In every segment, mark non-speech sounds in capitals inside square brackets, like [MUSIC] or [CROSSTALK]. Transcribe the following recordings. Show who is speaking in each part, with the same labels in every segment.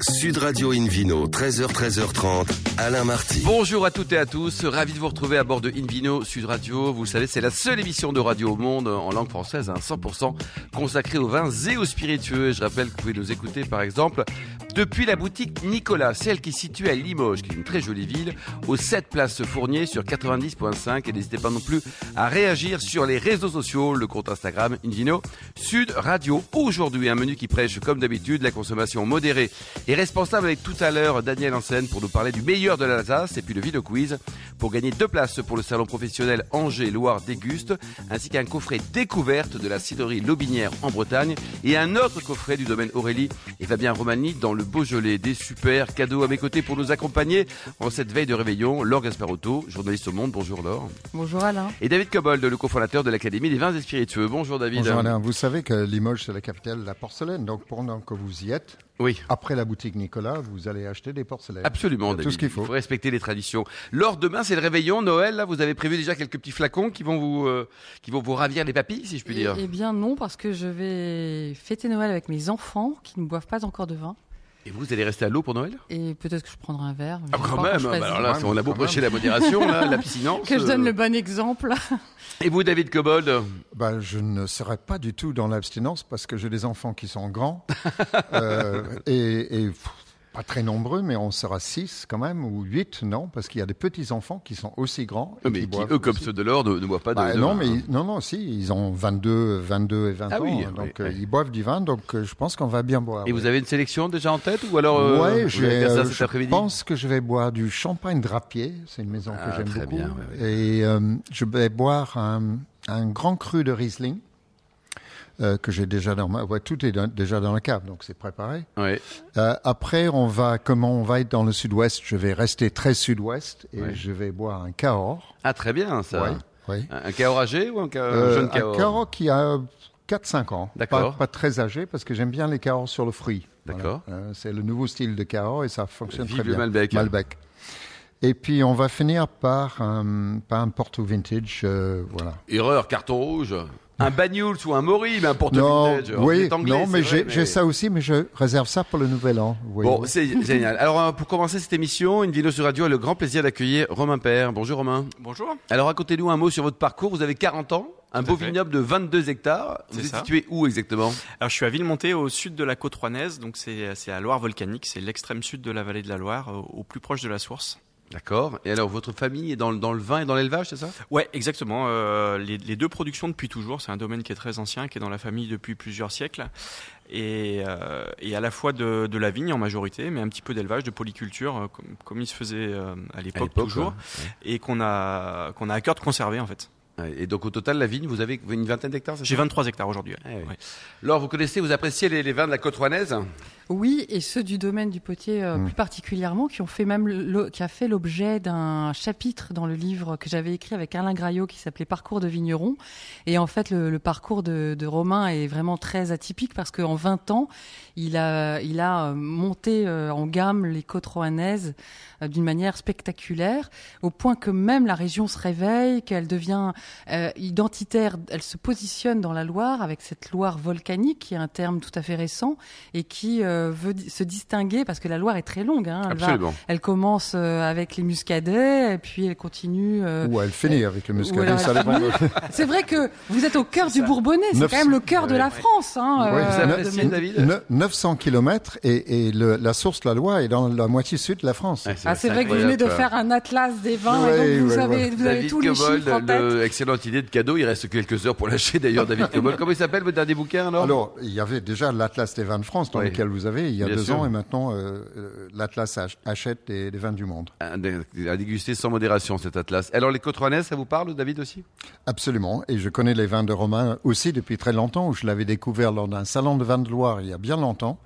Speaker 1: Sud Radio Invino, 13h, 13h30, Alain Marty.
Speaker 2: Bonjour à toutes et à tous, ravi de vous retrouver à bord de Invino Sud Radio. Vous le savez, c'est la seule émission de radio au monde en langue française, hein, 100% consacrée aux vins et aux spiritueux. Et je rappelle que vous pouvez nous écouter par exemple depuis la boutique Nicolas, celle qui est située à Limoges, qui est une très jolie ville, aux 7 places Fournier sur 90.5. Et n'hésitez pas non plus à réagir sur les réseaux sociaux, le compte Instagram Invino Sud Radio. Aujourd'hui, un menu qui prêche comme d'habitude la consommation modérée et responsable avec tout à l'heure Daniel Hansen pour nous parler du meilleur de l'Alsace et puis le vidéo quiz pour gagner deux places pour le salon professionnel Angers Loire Déguste ainsi qu'un coffret découverte de la cidrerie Lobinière en Bretagne et un autre coffret du domaine Aurélie et Fabien Romani dans le Beaujolais. Des super cadeaux à mes côtés pour nous accompagner en cette veille de réveillon. Laure Gasparotto, journaliste au Monde. Bonjour Laure.
Speaker 3: Bonjour Alain.
Speaker 2: Et David Cobold, le cofondateur de l'Académie des vins et spiritueux. Bonjour David.
Speaker 4: Bonjour Alain. Vous savez que Limoges, c'est la capitale de la porcelaine. Donc pendant que vous y êtes,
Speaker 2: Oui.
Speaker 4: après la boutique Nicolas, vous allez acheter des porcelaines.
Speaker 2: Absolument,
Speaker 4: Il y a Tout
Speaker 2: David.
Speaker 4: ce qu'il faut.
Speaker 2: Il faut respecter les traditions. Lors demain, c'est le réveillon, Noël. Là, vous avez prévu déjà quelques petits flacons qui vont vous, euh, qui vont vous ravir les papilles, si je puis dire.
Speaker 3: Eh bien non, parce que je vais fêter Noël avec mes enfants qui ne boivent pas encore de vin.
Speaker 2: Et vous allez rester à l'eau pour Noël
Speaker 3: Et peut-être que je prendrai un verre.
Speaker 2: Ah,
Speaker 3: J'ai
Speaker 2: quand
Speaker 3: pas
Speaker 2: même.
Speaker 3: encore
Speaker 2: Bah,
Speaker 3: choisi.
Speaker 2: alors là,
Speaker 4: Ouais,
Speaker 2: on a
Speaker 4: mais
Speaker 2: beau
Speaker 4: quand
Speaker 2: prêcher la modération, là, la piscinance.
Speaker 3: que je donne
Speaker 2: euh,
Speaker 3: le bon exemple. [LAUGHS]
Speaker 2: Et vous, David Cobold euh,
Speaker 4: Bah, je ne serai pas du tout dans l'abstinence parce que j'ai des enfants qui
Speaker 2: [LAUGHS]
Speaker 4: sont grands euh, et, et, pff, pas très nombreux, mais on sera six quand même ou huit, non, parce qu'il y a des petits enfants qui sont aussi grands. et
Speaker 2: mais qui,
Speaker 4: boivent
Speaker 2: eux, comme
Speaker 4: aussi.
Speaker 2: ceux de l'or, ne, ne boivent pas de,
Speaker 4: Bah,
Speaker 2: de
Speaker 4: non,
Speaker 2: vin.
Speaker 4: mais ils- non, non, si, ils ont 22, 22 et 20
Speaker 2: Ah
Speaker 4: ans,
Speaker 2: oui,
Speaker 4: hein,
Speaker 2: oui,
Speaker 4: donc euh,
Speaker 2: oui.
Speaker 4: ils boivent du vin, donc euh, je pense qu'on va bien boire.
Speaker 2: Et vous
Speaker 4: ouais.
Speaker 2: avez une sélection déjà en tête Ou alors, euh,
Speaker 4: Ouais,
Speaker 2: vous
Speaker 4: j'ai,
Speaker 2: allez faire ça
Speaker 4: euh,
Speaker 2: cet
Speaker 4: je
Speaker 2: après-midi
Speaker 4: pense que je vais boire du champagne drapier. C'est une maison
Speaker 2: Ah,
Speaker 4: que j'aime
Speaker 2: très
Speaker 4: beaucoup.
Speaker 2: bien, ouais,
Speaker 4: Et euh, je vais boire un, un grand cru de Riesling. euh, que j'ai déjà dans ma... ouais, tout est dans- déjà dans la cave, donc c'est préparé.
Speaker 2: Ouais.
Speaker 4: Euh, après, on va comment on va être dans le sud-ouest. Je vais rester très sud-ouest et
Speaker 2: Ouais.
Speaker 4: je vais boire un Cahors.
Speaker 2: Ah, très bien, ça.
Speaker 4: Ouais, ouais.
Speaker 2: Un, un Cahors âgé ou un, ca- un
Speaker 4: Euh,
Speaker 2: jeune
Speaker 4: un Cahors qui a 4-5 ans.
Speaker 2: D'accord.
Speaker 4: Pas, pas très âgé parce que j'aime bien les Cahors sur le fruit. Voilà.
Speaker 2: D'accord.
Speaker 4: Euh, c'est le nouveau style de Cahors et ça fonctionne
Speaker 2: Vive
Speaker 4: très
Speaker 2: le
Speaker 4: bien.
Speaker 2: Malbec.
Speaker 4: Et puis on va finir par un, par un Porto Vintage. euh, voilà.
Speaker 2: Erreur, carton rouge. Un Banyuls ou un Mori, mais un porte
Speaker 4: Non,
Speaker 2: vintage. Alors, vous
Speaker 4: oui,
Speaker 2: êtes anglais,
Speaker 4: non,
Speaker 2: c'est
Speaker 4: mais
Speaker 2: vrai,
Speaker 4: j'ai j'ai ça aussi, mais je réserve ça pour le nouvel an. vous voyez.
Speaker 2: Bon, c'est génial. Alors, euh, pour commencer cette émission, une vidéo sur radio a le grand plaisir d'accueillir Romain Père. Bonjour Romain.
Speaker 5: Bonjour.
Speaker 2: Alors, racontez-nous un mot sur votre parcours. Vous avez 40 ans, un
Speaker 5: Tout à
Speaker 2: beau
Speaker 5: fait.
Speaker 2: vignoble de 22 hectares. Vous
Speaker 5: C'est
Speaker 2: êtes
Speaker 5: ça.
Speaker 2: situé où exactement
Speaker 5: Alors je suis à Villemonté, au sud de la côte rouennaise, donc c'est c'est à Loire volcanique, c'est l'extrême sud de la vallée de la Loire, au, au plus proche de la source.
Speaker 2: D'accord. Et alors, votre famille est dans, le- dans le vin et dans l'élevage, c'est ça
Speaker 5: Ouais, exactement. euh, les, les deux productions depuis toujours, c'est un domaine qui est très ancien, qui est dans la famille depuis plusieurs siècles, et, euh, et à la fois de, de la vigne en majorité, mais un petit peu d'élevage, de polyculture, euh, comme, comme il se faisait euh, à
Speaker 2: À
Speaker 5: l'époque
Speaker 2: l'époque,
Speaker 5: toujours, et qu'on a qu'on a à cœur de conserver en fait.
Speaker 2: ouais. Ouais. Et donc, au total, la vigne, vous avez une vingtaine d'hectares, c'est ça
Speaker 5: J'ai 23 hectares aujourd'hui.
Speaker 2: Ah oui.
Speaker 5: Ouais.
Speaker 2: Alors, vous connaissez, vous appréciez les, les vins de la côte rouennaise
Speaker 3: Oui, et ceux du domaine du potier euh,
Speaker 4: Mm.
Speaker 3: plus particulièrement, qui ont fait même le- qui a fait l'objet d'un chapitre dans le livre que j'avais écrit avec Alain Graillot qui s'appelait Parcours de vigneron. Et en fait, le, le parcours de, de Romain est vraiment très atypique parce qu'en 20 ans, il a, il a euh, monté euh, en gamme les côtes roanaises euh, d'une manière spectaculaire, au point que même la région se réveille, qu'elle devient euh, identitaire, elle se positionne dans la Loire avec cette Loire volcanique, qui est un terme tout à fait récent et qui euh, veut di- se distinguer parce que la Loire est très longue. Hein, elle, va- elle commence euh, avec les muscadets et puis elle continue. euh,
Speaker 4: Ou elle finit avec le
Speaker 3: ou
Speaker 4: muscadet,
Speaker 3: alors
Speaker 4: ça
Speaker 3: elle euh,
Speaker 4: dépend.
Speaker 3: C'est vrai que vous êtes au cœur du
Speaker 5: ça.
Speaker 3: Bourbonnais, c'est
Speaker 4: Neuf-
Speaker 3: quand même le cœur de la
Speaker 5: Ouais.
Speaker 3: France. Hein,
Speaker 4: Ouais,
Speaker 2: Vous
Speaker 4: Euh,
Speaker 2: appréciez,
Speaker 3: de-
Speaker 2: David
Speaker 4: Ne- 900 km et, et le- la source de la Loire est dans la moitié sud de la France.
Speaker 2: Ouais,
Speaker 3: Ah, c'est vrai que vous venez
Speaker 2: incroyable,
Speaker 3: de
Speaker 2: quoi.
Speaker 3: faire un atlas des vins,
Speaker 4: Ouais,
Speaker 3: et donc vous,
Speaker 4: ouais,
Speaker 3: avez,
Speaker 4: ouais.
Speaker 3: vous avez
Speaker 2: David
Speaker 3: tous les
Speaker 2: Cobold,
Speaker 3: chiffres en tête.
Speaker 2: le- excellente idée de cadeau. Il reste quelques heures pour [LAUGHS] lâcher d'ailleurs
Speaker 5: [LAUGHS]
Speaker 2: David Cobold. Comment il s'appelle votre dernier bouquin alors,
Speaker 4: Alors, il y avait déjà l'Atlas des vins de France, dans
Speaker 2: Oui.
Speaker 4: lequel vous avez, il y a
Speaker 2: Bien
Speaker 4: deux
Speaker 2: sûr.
Speaker 4: ans, et maintenant, euh, euh, l'Atlas ach- achète des, des vins du monde.
Speaker 2: à, à déguster sans modération cet atlas. Alors les côtes rouennaises, ça vous parle David aussi
Speaker 4: Absolument. Et je connais les vins de Romain aussi depuis très longtemps, où je l'avais découvert lors d'un salon de vins de Loire il y a bien longtemps.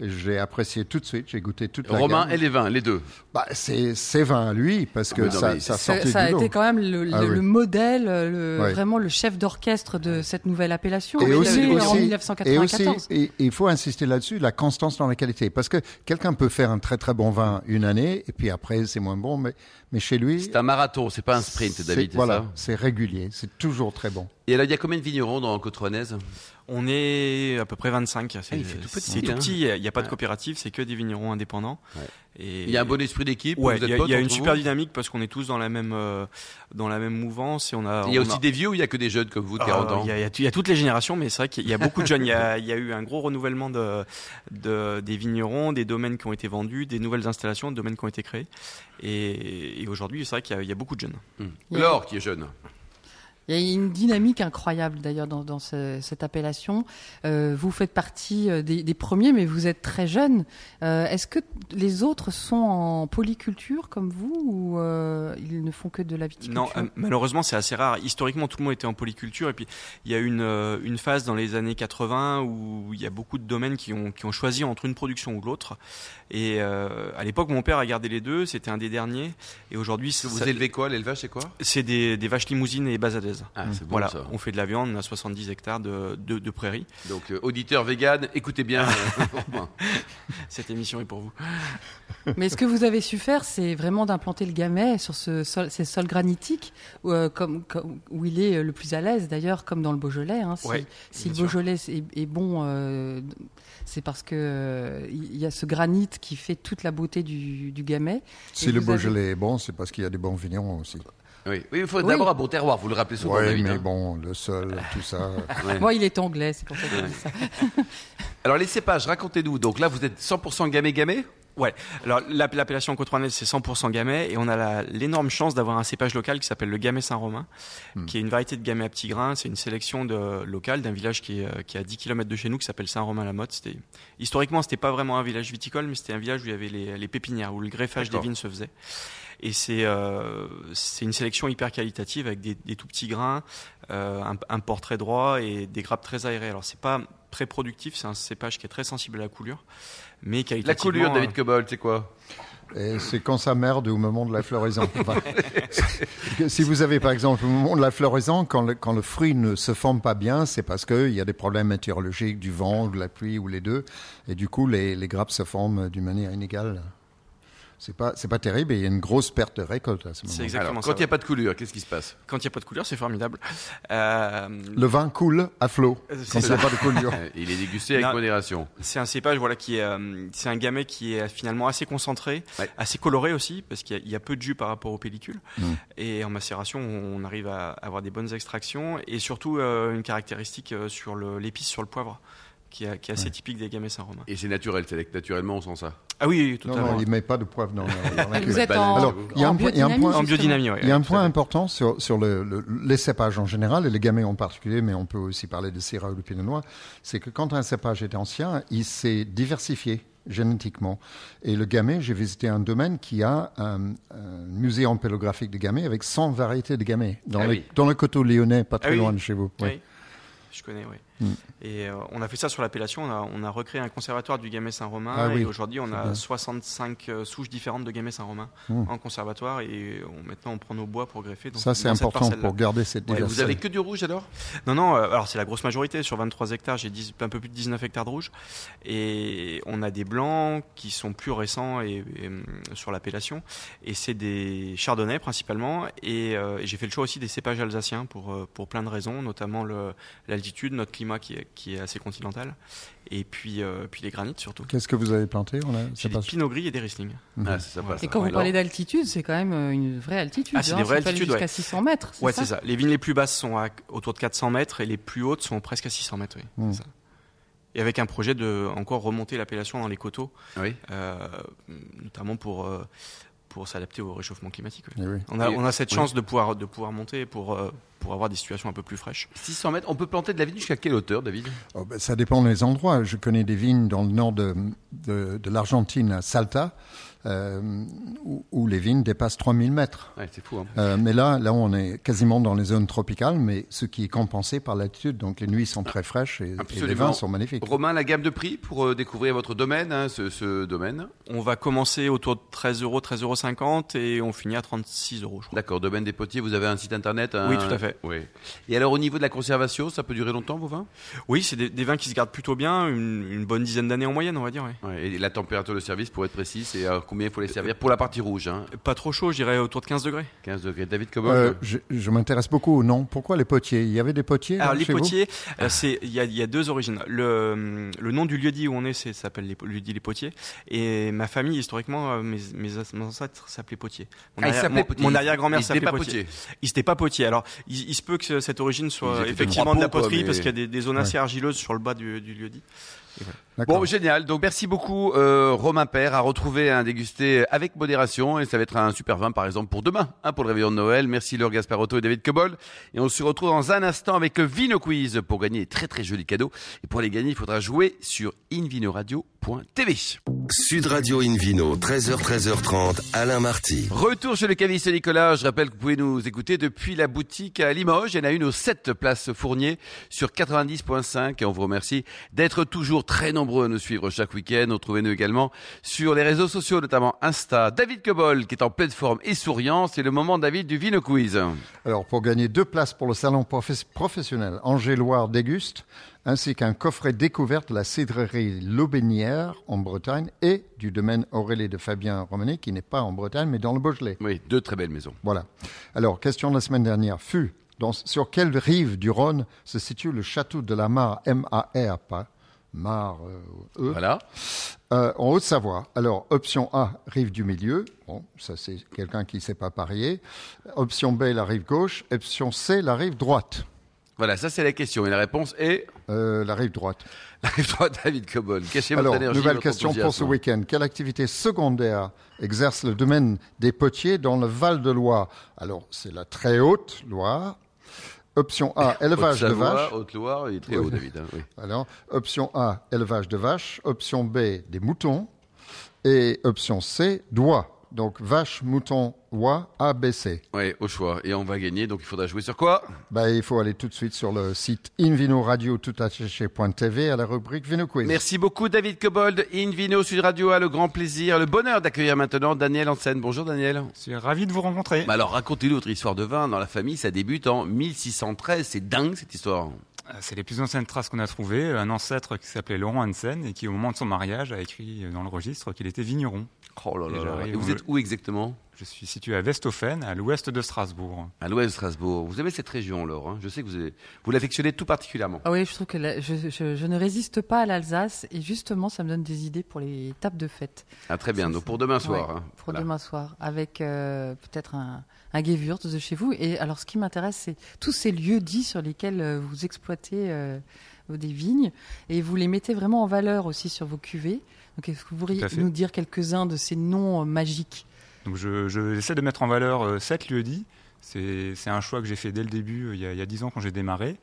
Speaker 4: Et J'ai apprécié tout de suite, j'ai goûté toute la
Speaker 2: Romain
Speaker 4: gamme.
Speaker 2: et les vins, les deux.
Speaker 4: Bah, c'est ses vins à lui, parce que
Speaker 2: Ah, Mais non, mais
Speaker 4: ça, ça
Speaker 3: Ça,
Speaker 4: sortait
Speaker 3: ça a
Speaker 4: du lot.
Speaker 3: été quand même le, le-
Speaker 4: Ah oui.
Speaker 3: le modèle, le,
Speaker 4: Ouais.
Speaker 3: vraiment le chef d'orchestre de cette nouvelle appellation.
Speaker 4: Et
Speaker 3: Il
Speaker 4: aussi,
Speaker 3: l'avait eu en
Speaker 4: aussi- et
Speaker 3: 1994.
Speaker 4: aussi, et- il faut insister là-dessus, la constance dans la qualité. Parce que quelqu'un peut faire un très très bon vin une année, et puis après c'est moins bon, mais, mais chez lui,
Speaker 2: C'est un marathon, c'est pas un sprint,
Speaker 4: c'est-
Speaker 2: David. c'est
Speaker 4: Voilà,
Speaker 2: ça
Speaker 4: c'est régulier, c'est toujours très bon.
Speaker 2: et alors il y a combien de vignerons dans côte rouennaise
Speaker 5: On est à peu près 25. C'est
Speaker 2: il fait tout petit,
Speaker 5: c'est tout
Speaker 2: hein.
Speaker 5: petit, il n'y a pas de
Speaker 2: Ouais.
Speaker 5: coopérative, c'est que des vignerons indépendants.
Speaker 2: Ouais.
Speaker 5: Et
Speaker 2: Il y a un bon esprit d'équipe.
Speaker 5: Ouais,
Speaker 2: vous
Speaker 5: il
Speaker 2: êtes
Speaker 5: y a,
Speaker 2: potes
Speaker 5: il y a une
Speaker 2: entre
Speaker 5: super
Speaker 2: vous.
Speaker 5: dynamique parce qu'on est tous dans la même euh, dans la même mouvance et on a.
Speaker 2: Il y a
Speaker 5: on
Speaker 2: aussi des vieux ou il y a que des jeunes comme vous de 40
Speaker 5: Euh,
Speaker 2: ans
Speaker 5: Il y, a- il y a- il y a toutes les générations, mais c'est vrai qu'il y a beaucoup de jeunes. Il y a, il y a eu un gros renouvellement de, de- des vignerons, des domaines qui ont été vendus, des nouvelles installations, des domaines qui ont été créés. Et, et aujourd'hui, c'est vrai qu'il y, a- il y a beaucoup de jeunes.
Speaker 2: Hmm.
Speaker 3: Il y a-
Speaker 2: Laure qui est jeune.
Speaker 3: Il y a une dynamique incroyable d'ailleurs dans, dans ce- cette appellation. Euh, vous faites partie euh, des, des premiers, mais vous êtes très jeune. Euh, Est-ce que les autres sont en polyculture comme vous ou euh, ils ne font que de la
Speaker 5: Non,
Speaker 3: viticulture
Speaker 5: euh, malheureusement, c'est assez rare. Historiquement, tout le monde était en polyculture. Et puis, il y a une, euh, une phase dans les années 80 où il y a beaucoup de domaines qui ont, qui ont choisi entre une production ou l'autre. Et euh, à l'époque, mon père a gardé les deux. C'était un des derniers. Et aujourd'hui,
Speaker 2: Vous
Speaker 5: ça-
Speaker 2: élevez quoi L'élevage, c'est quoi
Speaker 5: c'est des, des vaches limousines et bazadaises.
Speaker 2: Ah, c'est bon
Speaker 5: voilà,
Speaker 2: ça.
Speaker 5: on fait de la viande, on a 70 hectares de, de, de prairies.
Speaker 2: Donc, euh, auditeur vegan, écoutez bien. [LAUGHS] euh, Romain.
Speaker 5: Cette émission est pour vous.
Speaker 3: Mais ce que vous avez su faire, c'est vraiment d'implanter le gamet sur ce sol, ces sols granitiques, où, euh, comme, comme- où il est euh, le plus à l'aise d'ailleurs, comme dans le Beaujolais. hein. Si,
Speaker 5: Ouais,
Speaker 3: si le
Speaker 5: bien sûr.
Speaker 3: Beaujolais est, est bon, euh, c'est parce que euh, il y a ce granit qui fait toute la beauté du, du gamet.
Speaker 4: Si
Speaker 3: Et
Speaker 4: le
Speaker 3: vous
Speaker 4: Beaujolais est bon, c'est parce qu'il y a des bons vignerons aussi.
Speaker 2: oui, Oui, il faut
Speaker 3: Oui.
Speaker 2: d'abord un bon terroir, vous le rappelez souvent,
Speaker 4: Oui,
Speaker 2: David,
Speaker 4: mais
Speaker 2: hein.
Speaker 4: bon, le sol, tout ça.
Speaker 2: Ouais.
Speaker 3: Moi, il est anglais, c'est pour ça que je dis ça.
Speaker 2: Alors, les cépages, racontez-nous. Donc là, vous êtes 100% gamay-gamay
Speaker 5: Ouais. Alors l'app- l'appellation cotronaise c'est 100% gamay et on a la- l'énorme chance d'avoir un cépage local qui s'appelle le gamay Saint-Romain,
Speaker 2: Hmm.
Speaker 5: qui est une variété de gamay à petits grains. C'est une sélection de, locale d'un village qui est, euh, qui est à 10 km de chez nous qui s'appelle Saint-Romain-la-Motte. C'était historiquement c'était pas vraiment un village viticole, mais c'était un village où il y avait les, les pépinières où le greffage des
Speaker 2: D'accord.
Speaker 5: vignes se faisait. Et c'est euh, c'est une sélection hyper qualitative avec des, des tout petits grains, euh, un, un port très droit et des grappes très aérées. Alors c'est pas très productif, c'est un cépage qui est très sensible à la coulure, mais
Speaker 2: La
Speaker 5: qualitativement.
Speaker 2: coulure,
Speaker 5: euh,
Speaker 2: David Cobold, c'est quoi
Speaker 4: Et c'est quand ça merde au moment de la
Speaker 2: [LAUGHS]
Speaker 4: floraison. Enfin, si vous avez par exemple au moment de la floraison, quand le, quand le fruit ne se forme pas bien, c'est parce qu'il y a des problèmes météorologiques, du vent, de la pluie ou les deux. Et du coup, les, les grappes se forment d'une manière inégale. C'est pas, c'est pas terrible et il y a une grosse perte de récolte à ce
Speaker 5: C'est
Speaker 4: moment.
Speaker 5: exactement
Speaker 2: Alors,
Speaker 5: ça.
Speaker 2: quand il n'y a pas de coulure, qu'est-ce qui se passe
Speaker 5: Quand il n'y a pas de couleur, c'est formidable. Euh,
Speaker 4: Le vin coule à flot quand
Speaker 5: c'est
Speaker 4: il n'y a
Speaker 5: ça.
Speaker 4: pas de coulure.
Speaker 2: Euh, Il est dégusté avec
Speaker 5: Ah. Non.
Speaker 2: modération.
Speaker 5: C'est un cépage, voilà, qui est, euh, c'est un gamay qui est finalement assez concentré,
Speaker 2: Ouais.
Speaker 5: assez coloré aussi, parce qu'il y, a- il y a peu de jus par rapport aux pellicules.
Speaker 4: Mm.
Speaker 5: Et en macération, on arrive à avoir des bonnes extractions et surtout euh, une caractéristique euh, sur le- l'épice, sur le poivre, qui est, qui est assez typique des gamay Saint-Romain.
Speaker 2: Et c'est naturel, c'est naturellement, on sent ça.
Speaker 5: Ah oui, oui,
Speaker 4: Non,
Speaker 5: totalement.
Speaker 4: non, il ne met pas de poivre dans la,
Speaker 5: [LAUGHS]
Speaker 4: dans la
Speaker 3: Vous
Speaker 4: cuvette.
Speaker 3: êtes
Speaker 2: bah,
Speaker 3: en,
Speaker 2: alors,
Speaker 4: il y a
Speaker 3: en
Speaker 4: un point- il y a un
Speaker 3: biodynamie,
Speaker 4: point-
Speaker 5: en
Speaker 3: justement.
Speaker 5: biodynamie, ouais,
Speaker 4: Il y a un
Speaker 5: tout à
Speaker 4: point
Speaker 5: fait.
Speaker 4: important sur, sur le, le- les cépages en général, et les gamay en particulier, mais on peut aussi parler de syrah ou de pinot noir, c'est que quand un cépage est ancien, il s'est diversifié génétiquement. Et le gamay, j'ai visité un domaine qui a un, un musée ampélographique de gamay avec 100 variétés de gamay dans,
Speaker 2: Ah
Speaker 4: les-
Speaker 2: oui.
Speaker 4: dans le coteau lyonnais, pas très
Speaker 5: Ah oui.
Speaker 4: loin de chez vous.
Speaker 5: Oui.
Speaker 4: Oui.
Speaker 5: Je connais, oui.
Speaker 4: Mm.
Speaker 5: Et euh, on a fait ça sur l'appellation. On a, on a recréé un conservatoire du Gamay Saint-Romain.
Speaker 4: Ah oui,
Speaker 5: et aujourd'hui, on
Speaker 4: c'est
Speaker 5: a
Speaker 4: bien.
Speaker 5: 65 euh, souches différentes de Gamay Saint-Romain
Speaker 4: Mm.
Speaker 5: en conservatoire. Et euh, on- maintenant, on prend nos bois pour greffer. dans-
Speaker 4: Ça, c'est
Speaker 5: dans cette
Speaker 4: important
Speaker 5: parcelle-là.
Speaker 4: pour garder cette
Speaker 2: Et
Speaker 4: diversité.
Speaker 2: vous avez que du rouge alors
Speaker 5: Non, non, euh, alors c'est la grosse majorité. Sur 23 hectares, j'ai 10 un peu plus de 19 hectares de rouge. Et on a des blancs qui sont plus récents et, et, hum, sur l'appellation. Et c'est des chardonnays principalement. Et, euh, et j'ai fait le choix aussi des cépages alsaciens pour, euh, pour plein de raisons, notamment le- l'altitude, notre climat qui est, qui est assez continental. Et puis, euh, puis les granites surtout.
Speaker 4: Qu'est-ce que vous avez planté on a-
Speaker 5: J'ai
Speaker 4: c'est
Speaker 5: des
Speaker 4: pas-
Speaker 5: pinots gris et des riesling.
Speaker 2: Ah, c'est sympa.
Speaker 5: Et
Speaker 2: ça.
Speaker 3: Et quand vous
Speaker 2: Alors,
Speaker 3: parlez d'altitude, c'est quand même euh, une vraie altitude.
Speaker 5: Ah, c'est des vraies
Speaker 3: pas
Speaker 5: altitudes,
Speaker 3: Jusqu'à
Speaker 5: ouais.
Speaker 3: 600 mètres.
Speaker 5: Ouais, c'est ça. Les vignes les plus basses sont à- autour de 400 mètres et les plus hautes sont presque à 600 mètres. oui.
Speaker 4: Mm.
Speaker 5: C'est ça. Et avec un projet de encore remonter l'appellation dans les coteaux,
Speaker 2: Oui.
Speaker 5: euh, notamment pour, euh, pour s'adapter au réchauffement climatique. oui.
Speaker 4: Eh oui.
Speaker 5: On, a,
Speaker 2: Et-
Speaker 5: on a cette
Speaker 2: oui.
Speaker 5: chance de, pouvoir, de pouvoir monter pour, euh, pour avoir des situations un peu plus fraîches.
Speaker 2: 600 mètres, on peut planter de la vigne jusqu'à quelle hauteur, David
Speaker 4: Oh, ben, ça dépend des endroits. Je connais des vignes dans le nord de, de- de l'Argentine, à Salta, euh, où, où les vignes dépassent 3000 mètres.
Speaker 2: Ouais, C'est fou. hein.
Speaker 4: Euh, mais là, là, on est quasiment dans les zones tropicales, mais ce qui est compensé par l'altitude. Donc les nuits sont très fraîches et, et les
Speaker 2: Absolument.
Speaker 4: vins sont magnifiques.
Speaker 2: Romain, la gamme de prix pour euh, découvrir votre domaine, hein, ce, ce domaine.
Speaker 5: On va commencer autour de 13 euros, 13,50 euros et on finit à 36 euros, je crois.
Speaker 2: D'accord, domaine des potiers, vous avez un site internet un-
Speaker 5: Oui, tout à fait.
Speaker 2: Oui. Et alors, au niveau de la conservation, ça peut durer longtemps, vos vins
Speaker 5: Oui, c'est des, des vins qui se gardent plutôt bien, une, une bonne dizaine d'années en moyenne, on va dire. ouais.
Speaker 2: Ouais, Et la température de service, pour être précis, c'est à combien il faut les servir Pour la partie rouge, hein,
Speaker 5: Pas trop chaud, je dirais autour de 15 degrés.
Speaker 2: 15 degrés. David
Speaker 4: Euh,
Speaker 2: Cobol
Speaker 4: je je m'intéresse beaucoup au nom. Pourquoi les potiers Il y avait des potiers
Speaker 5: Alors
Speaker 4: là,
Speaker 5: les
Speaker 4: chez vous
Speaker 5: potiers, euh, c'est il y, a- il y a deux origines. Le, hum, le nom du lieu-dit où on est, c'est ça s'appelle les, lieu-dit les potiers. Et ma famille historiquement, euh, mes, mes as- mes ancêtres s'appelaient potiers.
Speaker 2: Ah,
Speaker 5: Mon
Speaker 2: il
Speaker 5: arrière-
Speaker 2: s'appelait
Speaker 5: mon-
Speaker 2: Potier.
Speaker 5: mon arrière-grand-mère
Speaker 2: Il s'était
Speaker 5: s'appelait
Speaker 2: pas
Speaker 5: potier.
Speaker 2: potier.
Speaker 5: Ils n'étaient pas potiers. Alors il, il se peut que ce- cette origine
Speaker 2: Ils
Speaker 5: soit
Speaker 2: étaient
Speaker 5: effectivement
Speaker 2: trois
Speaker 5: de la
Speaker 2: pots, quoi,
Speaker 5: poterie
Speaker 2: mais-
Speaker 5: parce qu'il y a des, des zones
Speaker 4: Ouais.
Speaker 5: assez argileuses sur le bas du, du lieu-dit.
Speaker 4: D'accord.
Speaker 2: Bon, génial. Donc, merci beaucoup, euh, Romain Père, à retrouver, à déguster avec modération. Et ça va être un super vin, par exemple, pour demain, hein, pour le réveillon de Noël. Merci, Laure Gasparotto et David Cobol. Et on se retrouve dans un instant avec le Vino Quiz pour gagner des très, très jolis cadeaux. Et pour les gagner, il faudra jouer sur invinoradio.tv.
Speaker 1: Sud Radio Invino, 13h, 13h30, Alain Marty.
Speaker 2: Retour chez le caviste Nicolas. Je rappelle que vous pouvez nous écouter depuis la boutique à Limoges. Il y en a une aux 7 places Fournier sur 90.5. Et on vous remercie d'être toujours très nombreux à nous suivre chaque week-end. Retrouvez-nous également sur les réseaux sociaux, notamment Insta. David Cobol, qui est en pleine forme et souriant. C'est le moment, David, du Vino Quiz.
Speaker 4: Alors, pour gagner deux places pour le salon profes- professionnel Angéloire Déguste, ainsi qu'un coffret découverte de la cidrerie L'Aubénière en Bretagne et du domaine Aurélie de Fabien Romani, qui n'est pas en Bretagne, mais dans le Beaujolais.
Speaker 2: Oui, deux très belles maisons.
Speaker 4: Voilà. Alors, question de la semaine dernière fut dans- sur quelle rive du Rhône se situe le château de la Mare, M-A-R, pas Mare, euh, E,
Speaker 2: Voilà.
Speaker 4: euh, en Haute-Savoie. Alors, option A, rive du milieu. Bon, ça, c'est quelqu'un qui ne sait pas parier. Option B, la rive gauche. Option C, la rive droite.
Speaker 2: Voilà, ça c'est la question. Et la réponse est,
Speaker 4: Euh, la rive droite.
Speaker 2: lève-toi, David Cobol. Cachez votre
Speaker 4: Alors,
Speaker 2: énergie.
Speaker 4: nouvelle
Speaker 2: votre
Speaker 4: question pour ce
Speaker 2: enthousiasme.
Speaker 4: week-end. Quelle activité secondaire exerce le domaine des potiers dans le Val-de-Loire Alors, c'est la très haute Loire. Option A,
Speaker 2: [LAUGHS]
Speaker 4: élevage de
Speaker 2: Haute-Savoie,
Speaker 4: vaches.
Speaker 2: Haute-Loire, il est très haut, David. hein, oui.
Speaker 4: Alors, option A, élevage de vaches. Option B, des moutons. Et option C, d'oies. Donc, vaches, moutons, oies, A, B, C.
Speaker 2: Ouais, au choix. Et on va gagner, donc il faudra jouer sur quoi
Speaker 4: Bah, il faut aller tout de suite sur le site invinoradio.tv à la rubrique Vino Quiz.
Speaker 2: Merci beaucoup David Cobold, Invino Sud Radio a le grand plaisir, le bonheur d'accueillir maintenant Daniel Hansen. Bonjour Daniel.
Speaker 6: C'est ravi de vous rencontrer.
Speaker 2: Bah alors racontez-nous votre histoire de vin dans la famille, ça débute en 1613, c'est dingue cette histoire.
Speaker 6: Euh, C'est les plus anciennes traces qu'on a trouvées. Un ancêtre qui s'appelait Laurent Hansen et qui, au moment de son mariage, a écrit euh, dans le registre qu'il était vigneron.
Speaker 2: Oh là là
Speaker 6: Et
Speaker 2: là.
Speaker 6: j'arrive
Speaker 2: Et vous
Speaker 6: au-
Speaker 2: êtes où exactement
Speaker 6: Je suis situé à Westhofen, à l'ouest de Strasbourg.
Speaker 2: À l'ouest de Strasbourg. Vous aimez cette région Laure, hein je sais que vous, avez- vous l'affectionnez tout particulièrement.
Speaker 3: Ah oui, je trouve que la- je, je- je ne résiste pas à l'Alsace et justement, ça me donne des idées pour les tables de fête
Speaker 2: Ah très bien,
Speaker 3: C'est
Speaker 2: donc
Speaker 3: ça.
Speaker 2: pour demain soir.
Speaker 3: Ouais,
Speaker 2: hein.
Speaker 3: pour
Speaker 2: Voilà.
Speaker 3: demain soir avec euh, peut-être un, un Gewürz de chez vous. Et alors, ce qui m'intéresse, c'est tous ces lieux dits sur lesquels euh, vous exploitez euh, des vignes et vous les mettez vraiment en valeur aussi sur vos cuvées. Donc, est-ce que vous pourriez
Speaker 6: Tout à fait.
Speaker 3: nous dire quelques-uns de ces noms euh, magiques
Speaker 6: Donc, je- je- j'essaie de mettre en valeur euh, sept lieux-dits. C'est c'est un choix que j'ai fait dès le début, euh, il y a- il y a dix ans, quand j'ai démarré.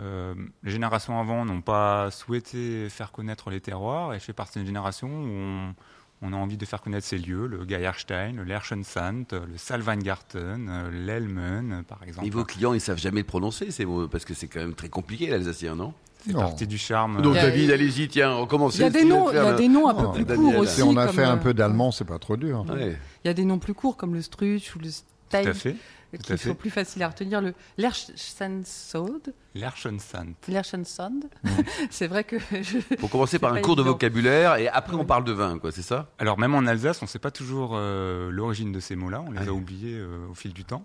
Speaker 6: Euh, les générations avant n'ont pas souhaité faire connaître les terroirs et je fais partie d'une génération où on, on a envie de faire connaître ces lieux, le Geierstein, le Lerschensamt, le Salvangarten, euh, l'Elmen, euh, par exemple.
Speaker 2: Et vos clients, ils savent jamais le prononcer, c'est bon, parce que c'est quand même très compliqué l'alsacien, non
Speaker 6: C'est
Speaker 4: Non.
Speaker 6: partie du charme.
Speaker 2: Ah.
Speaker 6: euh,
Speaker 2: Donc
Speaker 3: Il y a-
Speaker 2: David, allez-y, tiens, recommencez.
Speaker 3: Il y a des noms, il y a des noms un
Speaker 4: Non,
Speaker 3: peu plus
Speaker 2: Daniel.
Speaker 3: courts aussi.
Speaker 4: Si on a
Speaker 3: comme,
Speaker 4: fait un
Speaker 3: euh,
Speaker 4: peu d'allemand, c'est pas trop dur.
Speaker 2: Ouais.
Speaker 3: Il y a des noms plus courts comme le Struch ou le
Speaker 6: Tout à
Speaker 3: Stein euh,
Speaker 6: fait. tout
Speaker 3: qui
Speaker 6: à
Speaker 3: sont
Speaker 6: fait.
Speaker 3: plus faciles à retenir. Le
Speaker 6: [LAUGHS]
Speaker 3: Lerchensaud,
Speaker 6: Lerschensamt.
Speaker 3: Lerchensand. [LAUGHS] c'est vrai que [LAUGHS] je-
Speaker 2: Pour commencer par
Speaker 3: C'est
Speaker 2: un
Speaker 3: pas
Speaker 2: cours de
Speaker 3: évident.
Speaker 2: vocabulaire et après on
Speaker 3: Ouais.
Speaker 2: parle de vin, quoi, c'est ça
Speaker 6: Alors même en Alsace, on ne sait pas toujours euh, l'origine de ces mots-là. On les
Speaker 2: Ah oui.
Speaker 6: a oubliés euh, au fil du temps.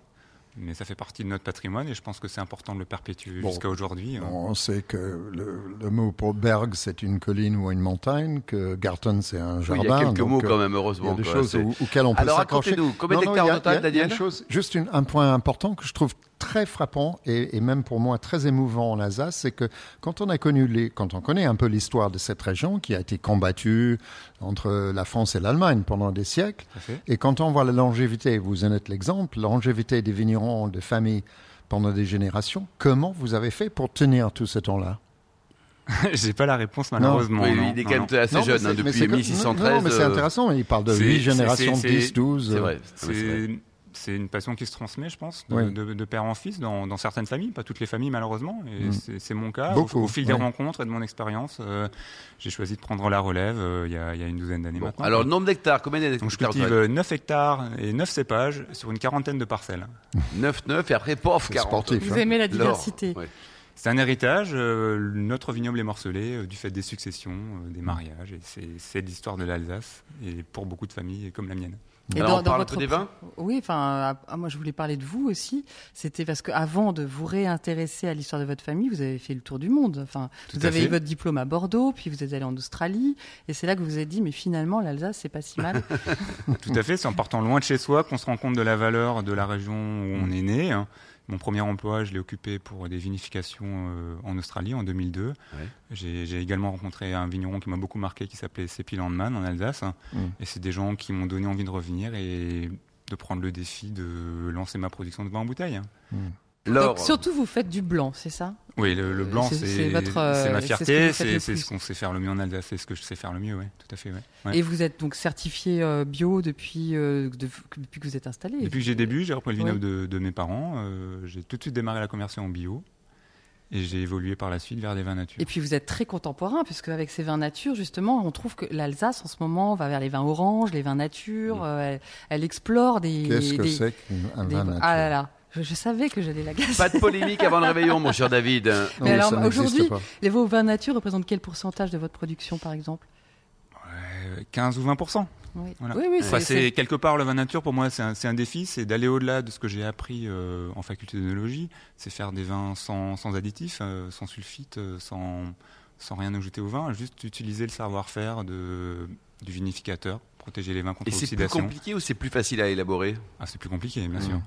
Speaker 6: Mais ça fait partie de notre patrimoine et je pense que c'est important de le perpétuer
Speaker 4: Bon.
Speaker 6: jusqu'à aujourd'hui. hein.
Speaker 4: Bon, On sait que le, le mot pour berg, c'est une colline ou une montagne, que garten, c'est un
Speaker 2: Oui,
Speaker 4: jardin.
Speaker 2: Il y a quelques
Speaker 4: donc,
Speaker 2: mots
Speaker 4: euh,
Speaker 2: quand même,
Speaker 4: Il y a
Speaker 2: heureusement.
Speaker 4: des
Speaker 2: quoi,
Speaker 4: choses
Speaker 2: c'est-
Speaker 4: où- auxquelles on peut
Speaker 2: Alors,
Speaker 4: s'accrocher.
Speaker 2: racontez-nous, combien
Speaker 4: Non, non,
Speaker 2: d'hectares
Speaker 4: il y a-
Speaker 2: au total,
Speaker 4: il y a- il y a
Speaker 2: Daniel
Speaker 4: une chose, Juste une- un point important que je trouve très frappant et, et même pour moi très émouvant en Alsace, c'est que quand on a connu les, quand on connaît un peu l'histoire de cette région qui a été combattue entre la France et l'Allemagne pendant des siècles,
Speaker 6: Tout à fait.
Speaker 4: et quand on voit la longévité, vous en êtes l'exemple, la longévité des vignerons, des familles pendant des générations, comment vous avez fait pour tenir tout ce temps-là
Speaker 6: [LAUGHS] J'ai pas la réponse malheureusement.
Speaker 2: Oui,
Speaker 6: non,
Speaker 2: il est
Speaker 6: non,
Speaker 2: quand même
Speaker 6: non.
Speaker 2: assez
Speaker 4: Non, mais
Speaker 2: jeune,
Speaker 4: c'est-
Speaker 2: hein,
Speaker 4: mais
Speaker 2: depuis
Speaker 4: c'est que-
Speaker 2: 1613.
Speaker 4: Non, non, mais c'est
Speaker 2: euh,
Speaker 4: intéressant, il parle de
Speaker 6: c'est-
Speaker 4: 8
Speaker 6: c'est-
Speaker 4: générations,
Speaker 6: c'est-
Speaker 4: 10, 12.
Speaker 2: C'est
Speaker 4: euh,
Speaker 2: vrai. Ah c'est vrai, c'est vrai.
Speaker 6: C'est- C'est une passion qui se transmet, je pense, de,
Speaker 4: Oui.
Speaker 6: de- de père en fils, dans, dans certaines familles, pas toutes les familles malheureusement, et
Speaker 4: Mm.
Speaker 6: c'est c'est mon cas. Au-
Speaker 4: Beaucoup,
Speaker 6: au, fil des
Speaker 4: oui.
Speaker 6: rencontres et de mon expérience, euh, j'ai choisi de prendre la relève euh, il y, a, il y a une douzaine d'années
Speaker 2: Bon,
Speaker 6: maintenant.
Speaker 2: alors, nombre d'hectares, combien
Speaker 6: Donc je
Speaker 2: d'hectares
Speaker 6: cultive euh, 9 hectares et 9 cépages sur une quarantaine de parcelles.
Speaker 2: 9, 9, et après, pof,
Speaker 4: C'est
Speaker 2: 40.
Speaker 4: sportif.
Speaker 3: vous aimez la diversité.
Speaker 2: L'or, ouais.
Speaker 6: c'est un héritage. euh, notre vignoble est morcelé euh, du fait des successions, euh, des mariages. Et c'est- c'est l'histoire de l'Alsace, et pour beaucoup de familles comme la mienne.
Speaker 3: Et
Speaker 2: Alors,
Speaker 3: dans-
Speaker 2: on
Speaker 3: dans
Speaker 2: parle un
Speaker 3: votre
Speaker 2: peu des vins
Speaker 3: Oui, enfin, euh, ah, moi je voulais parler de vous aussi. C'était parce que avant de vous réintéresser à l'histoire de votre famille, vous avez fait le tour du monde. Enfin,
Speaker 6: Tout
Speaker 3: vous
Speaker 6: à
Speaker 3: avez
Speaker 6: fait.
Speaker 3: eu votre diplôme à Bordeaux, puis vous êtes allé en Australie, et c'est là que vous vous êtes dit, mais finalement l'Alsace c'est pas si mal.
Speaker 6: Tout à fait, c'est en partant loin de chez soi qu'on se rend compte de la valeur de la région où
Speaker 3: Mm.
Speaker 6: on est né. hein. Mon premier emploi, je l'ai occupé pour des vinifications euh, en Australie en 2002. J'ai j'ai également rencontré un vigneron qui m'a beaucoup marqué qui s'appelait Sepi Landman en Alsace. hein.
Speaker 4: Mm.
Speaker 6: Et c'est des gens qui m'ont donné envie de revenir et de prendre le défi de lancer ma production de vin en bouteille. hein.
Speaker 2: Laure,
Speaker 3: Donc surtout vous faites du blanc, c'est ça
Speaker 6: Oui, le, le blanc,
Speaker 3: Euh, C'est-
Speaker 6: c'est
Speaker 3: c'est votre, euh,
Speaker 6: c'est ma
Speaker 3: c'est ce que vous
Speaker 6: fierté,
Speaker 3: faites le
Speaker 6: c'est c'est
Speaker 3: plus.
Speaker 6: ce qu'on sait faire le mieux en Alsace, c'est ce que je sais faire le mieux, ouais, tout à fait. ouais. Ouais.
Speaker 3: Et vous êtes donc certifié euh, bio depuis euh, de- depuis que vous êtes installé.
Speaker 6: Depuis que j'ai début, j'ai repris le
Speaker 3: Ouais.
Speaker 6: vignoble de, de mes parents. euh, j'ai tout de suite démarré la commerce en bio. Et j'ai évolué par la suite vers des vins nature.
Speaker 3: Et puis vous êtes très contemporain, puisque avec ces vins nature, justement, on trouve que l'Alsace en ce moment va vers les vins oranges, les vins nature. euh, elle, elle explore des.
Speaker 4: euh, Qu'est-ce que
Speaker 3: des-
Speaker 4: c'est qu'un
Speaker 3: des-
Speaker 4: vin nature
Speaker 3: Ah là là, je, je savais que j'allais la gasser.
Speaker 2: pas de polémique avant le réveillon, mon cher
Speaker 4: [LAUGHS]
Speaker 2: David.
Speaker 4: Non,
Speaker 3: Mais
Speaker 4: mais
Speaker 3: alors,
Speaker 4: Ah ça n'existe
Speaker 3: aujourd'hui-
Speaker 4: pas.
Speaker 3: Les vos vins nature représentent quel pourcentage de votre production, par exemple
Speaker 6: Euh, 15 ou 20
Speaker 3: Oui,
Speaker 6: Voilà.
Speaker 3: oui, oui,
Speaker 6: Enfin, c'est quelque part le vin nature pour moi, c'est un, c'est un défi, c'est d'aller au-delà de ce que j'ai appris euh, en faculté d'œnologie, c'est faire des vins sans, sans additifs, euh, sans sulfite, euh, sans, sans rien ajouter au vin, juste utiliser le savoir-faire de- du vinificateur, protéger les vins contre
Speaker 2: Et c'est plus
Speaker 6: l'oxydation.
Speaker 2: compliqué ou c'est plus facile à élaborer
Speaker 6: Ah, c'est plus compliqué, bien sûr.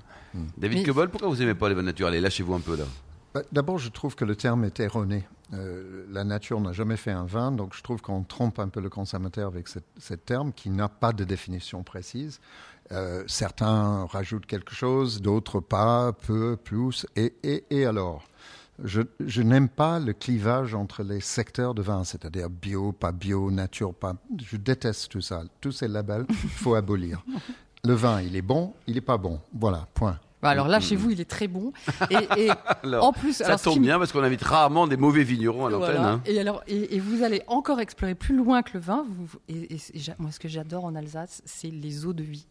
Speaker 2: David
Speaker 3: Mais-
Speaker 2: Cobol, pourquoi vous aimez pas les bonnes natures Allez, lâchez-vous un peu là.
Speaker 4: Bah, D'abord, je trouve que le terme est erroné. Euh, la nature n'a jamais fait un vin, donc je trouve qu'on trompe un peu le consommateur avec cette- ce terme qui n'a pas de définition précise. Euh, certains rajoutent quelque chose, d'autres pas, peu, plus, et, et, et alors je, je n'aime pas le clivage entre les secteurs de vin, c'est-à-dire bio, pas bio, nature, pas. Je déteste tout ça. Tous ces labels, il
Speaker 3: [LAUGHS]
Speaker 4: faut abolir. Le vin, il est bon, il n'est pas bon. Voilà, point.
Speaker 3: Bah, alors là, chez vous, il est très bon. Et, et
Speaker 2: Alors,
Speaker 3: en plus,
Speaker 2: ça
Speaker 3: alors, ce qui
Speaker 2: tombe
Speaker 3: me-
Speaker 2: bien parce qu'on invite rarement des mauvais vignerons à l'antenne.
Speaker 3: Voilà.
Speaker 2: hein.
Speaker 3: Et alors, et, et vous allez encore explorer plus loin que le vin. Vous, vous- et, et c'est- j'a- moi, ce que j'adore en Alsace, c'est les eaux de vie.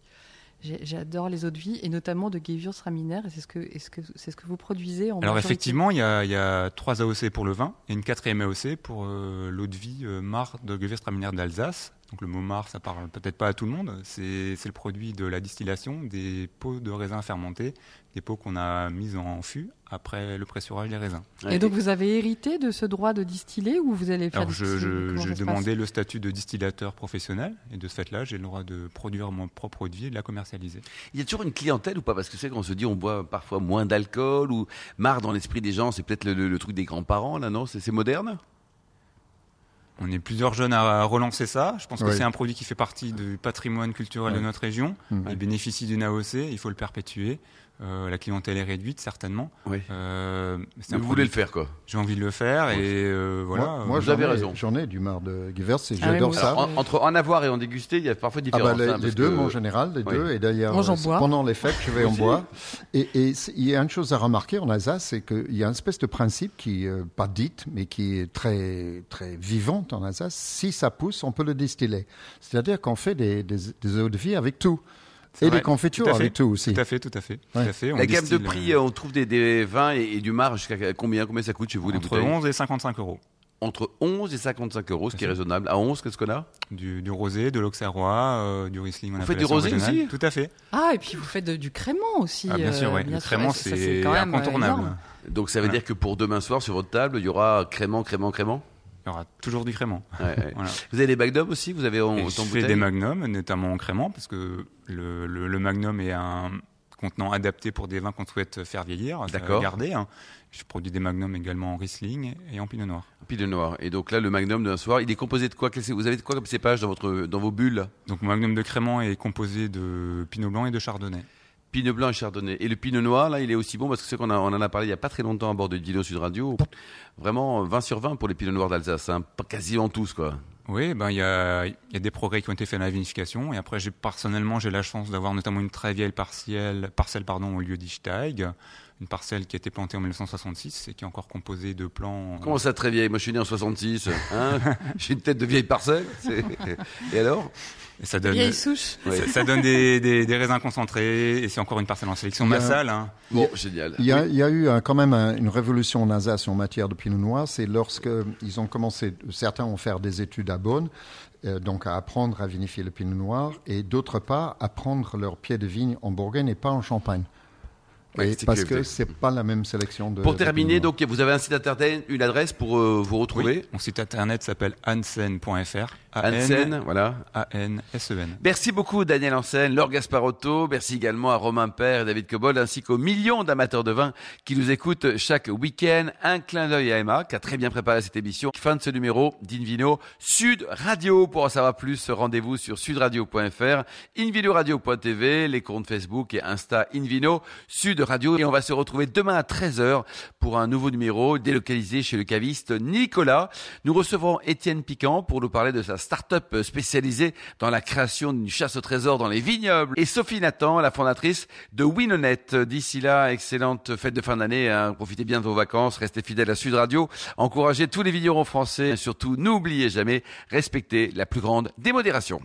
Speaker 3: J'ai- J'adore les eaux de vie et notamment de Gewürztraminer. Et c'est ce que, est -ce que, c'est ce que vous produisez en
Speaker 6: Alors
Speaker 3: majorité.
Speaker 6: effectivement, il y, a, il y a trois AOC pour le vin et une quatrième AOC pour euh, l'eau de vie euh, Mar de Gewürztraminer d'Alsace. Donc le mot Mar, ça parle peut-être pas à tout le monde. C'est c'est le produit de la distillation des pots de raisins fermentés, des pots qu'on a mis en fût après le pressurage des raisins.
Speaker 2: Ouais.
Speaker 3: Et donc, vous avez hérité de ce droit de distiller ou vous allez faire
Speaker 6: Alors
Speaker 3: des
Speaker 6: je,
Speaker 3: distillés
Speaker 6: je,
Speaker 3: Comment
Speaker 6: je
Speaker 3: ça se passe
Speaker 6: demandais le statut de distillateur professionnel et de ce fait-là, j'ai le droit de produire mon propre produit et de la commercialiser.
Speaker 2: Il y a toujours une clientèle ou pas Parce que c'est qu'on se dit on boit parfois moins d'alcool ou marre dans l'esprit des gens. C'est peut-être le, le- le truc des grands-parents là, non C'est c'est moderne
Speaker 6: On est plusieurs jeunes à relancer ça. Je pense que
Speaker 4: Oui.
Speaker 6: c'est un produit qui fait partie du patrimoine culturel de
Speaker 4: Ouais.
Speaker 6: notre région.
Speaker 4: Mm.
Speaker 6: Il bénéficie d'une AOC, il faut le perpétuer. Euh, la clientèle est réduite, certainement.
Speaker 2: Oui.
Speaker 6: Euh, c'est un
Speaker 2: Vous voulez
Speaker 6: produit-
Speaker 2: le faire quoi
Speaker 6: J'ai envie de le faire
Speaker 2: Oui.
Speaker 6: et euh, voilà.
Speaker 4: Moi,
Speaker 6: Euh,
Speaker 4: moi,
Speaker 2: vous
Speaker 4: j'en
Speaker 2: avez
Speaker 4: ai-
Speaker 2: raison.
Speaker 4: J'en ai du marre de Gewürz et
Speaker 3: Ah oui,
Speaker 4: j'adore
Speaker 3: moi
Speaker 4: ça.
Speaker 2: Alors, en- entre en avoir et en déguster, il y a parfois
Speaker 4: Ah
Speaker 2: différence.
Speaker 4: bah, les,
Speaker 2: hein,
Speaker 4: les
Speaker 2: parce
Speaker 4: deux,
Speaker 2: que-
Speaker 4: moi, en général, les
Speaker 2: oui.
Speaker 4: deux. Et d'ailleurs,
Speaker 3: Moi, j'en
Speaker 4: euh,
Speaker 3: bois.
Speaker 4: pendant les fêtes, je vais en
Speaker 2: Aussi.
Speaker 4: boire. Et, et c'est- il y a une chose à remarquer en Alsace, c'est qu'il y a une espèce de principe qui, euh, pas dite, mais qui est très, très vivante en Alsace. Si ça pousse, on peut le distiller. C'est-à-dire qu'on fait des, des, des eaux de vie avec tout.
Speaker 6: C'est
Speaker 4: Et
Speaker 6: vrai.
Speaker 4: des confitures
Speaker 6: Tout à fait.
Speaker 4: avec tout aussi.
Speaker 6: Tout à fait, tout à fait.
Speaker 4: Ouais.
Speaker 6: Tout à fait. On
Speaker 2: La gamme de
Speaker 6: distille,
Speaker 2: prix,
Speaker 6: euh,
Speaker 2: euh, on trouve des, des vins et, et du marc jusqu'à combien Combien ça coûte chez vous les
Speaker 6: entre
Speaker 2: bouteilles
Speaker 6: 11 et 55 euros.
Speaker 2: Entre 11 et 55 euros, ce qui est raisonnable. À 11, qu'est-ce qu'on a
Speaker 6: Du, du rosé, de l'auxerrois, euh, du riesling. en
Speaker 2: Vous faites du
Speaker 6: appellation
Speaker 2: rosé
Speaker 6: régionale.
Speaker 2: aussi
Speaker 6: Tout à fait.
Speaker 3: Ah, et puis vous faites de- du crément aussi.
Speaker 6: Ah, bien sûr,
Speaker 3: euh,
Speaker 6: ouais. Le crément,
Speaker 3: ouais, ça, ça,
Speaker 6: c'est
Speaker 3: quand même, euh,
Speaker 6: incontournable.
Speaker 3: énorme.
Speaker 2: Donc ça veut
Speaker 6: Voilà.
Speaker 2: dire que pour demain soir, sur votre table, il y aura crément, crément, crément
Speaker 6: Il y aura toujours du crément.
Speaker 2: Ouais, ouais.
Speaker 6: Voilà.
Speaker 2: Vous avez des bacs d'hommes aussi Vous avez en,
Speaker 6: Et
Speaker 2: en
Speaker 6: je fais
Speaker 2: bouteille
Speaker 6: des magnums, notamment en crément, parce que le, le- le magnum est un contenant adapté pour des vins qu'on souhaite faire vieillir, ça va
Speaker 2: D'accord.
Speaker 6: garder. hein. Je produis des magnums également en Riesling et en Pinot Noir.
Speaker 2: Pinot noir. Et donc là, le magnum d'un soir, il est composé de quoi Qu'est-ce que- Vous avez de quoi comme cépage dans, votre, dans vos bulles
Speaker 6: Donc mon magnum de crément est composé de Pinot Blanc et de Chardonnay.
Speaker 2: Pinot blanc et chardonnay. Et le pinot noir, là, il est aussi bon parce que c'est qu'on a- on en a parlé il y a pas très longtemps à bord de Dino Sud Radio. Vraiment 20 sur 20 pour les pinots noirs d'Alsace. hein. Pas- Quasiment tous, quoi.
Speaker 6: Oui, ben il y a, il y a des progrès qui ont été faits dans la vinification. Et après, j'ai personnellement, j'ai la chance d'avoir notamment une très vieille partielle, parcelle pardon, au lieu d'Ichtaig, une parcelle qui a été plantée en 1966 et qui est encore composée de plants. euh,
Speaker 2: Comment ça,
Speaker 4: [LAUGHS]
Speaker 2: très vieille Moi, je suis né en 66. hein J'ai une tête de vieille parcelle. c'est- Et alors
Speaker 6: Et ça donne,
Speaker 3: Vieille souche.
Speaker 6: ça, ça donne des, des- des raisins concentrés, et c'est encore une parcelle en sélection
Speaker 4: Il y a-
Speaker 6: massale. hein.
Speaker 2: Bon, génial.
Speaker 4: Il y a, il y a eu euh, quand même un- une révolution en Alsace en matière de pinot noir. C'est lorsque ils ont commencé, certains ont fait des études à Bonn, euh, donc à apprendre à vinifier le pinot noir, et d'autres pas à prendre leur pied de vigne en Bourgogne et pas en Champagne.
Speaker 2: Ouais,
Speaker 4: Et
Speaker 2: c'est
Speaker 4: parce
Speaker 2: que-
Speaker 4: que c'est euh, pas la même sélection de.
Speaker 2: Pour
Speaker 4: de
Speaker 2: terminer,
Speaker 4: pinot noir.
Speaker 2: donc vous avez un site internet, une adresse pour euh, vous retrouver.
Speaker 6: Mon site internet s'appelle ansen.fr.
Speaker 2: Hansen, voilà.
Speaker 6: A-N-S-E-N.
Speaker 2: Merci beaucoup Daniel Ansen, Laure Gasparotto, merci également à Romain Père et David Cobol, ainsi qu'aux millions d'amateurs de vin qui nous écoutent chaque week-end. Un clin d'œil à Emma, qui a très bien préparé cette émission. Fin de ce numéro d'Invino Sud Radio. Pour en savoir plus, rendez-vous sur sudradio.fr, invinoradio.tv, les comptes Facebook et Insta Invino Sud Radio. Et on va se retrouver demain à 13h pour un nouveau numéro délocalisé chez le caviste Nicolas. Nous recevrons Étienne Piquant pour nous parler de sa start-up spécialisée dans la création d'une chasse au trésor dans les vignobles. Et Sophie Nathan, la fondatrice de Winonette. D'ici là, excellente fête de fin d'année. hein. Profitez bien de vos vacances. Restez fidèles à Sud Radio. Encouragez tous les vignerons français. Et surtout, n'oubliez jamais, respectez la plus grande démodération.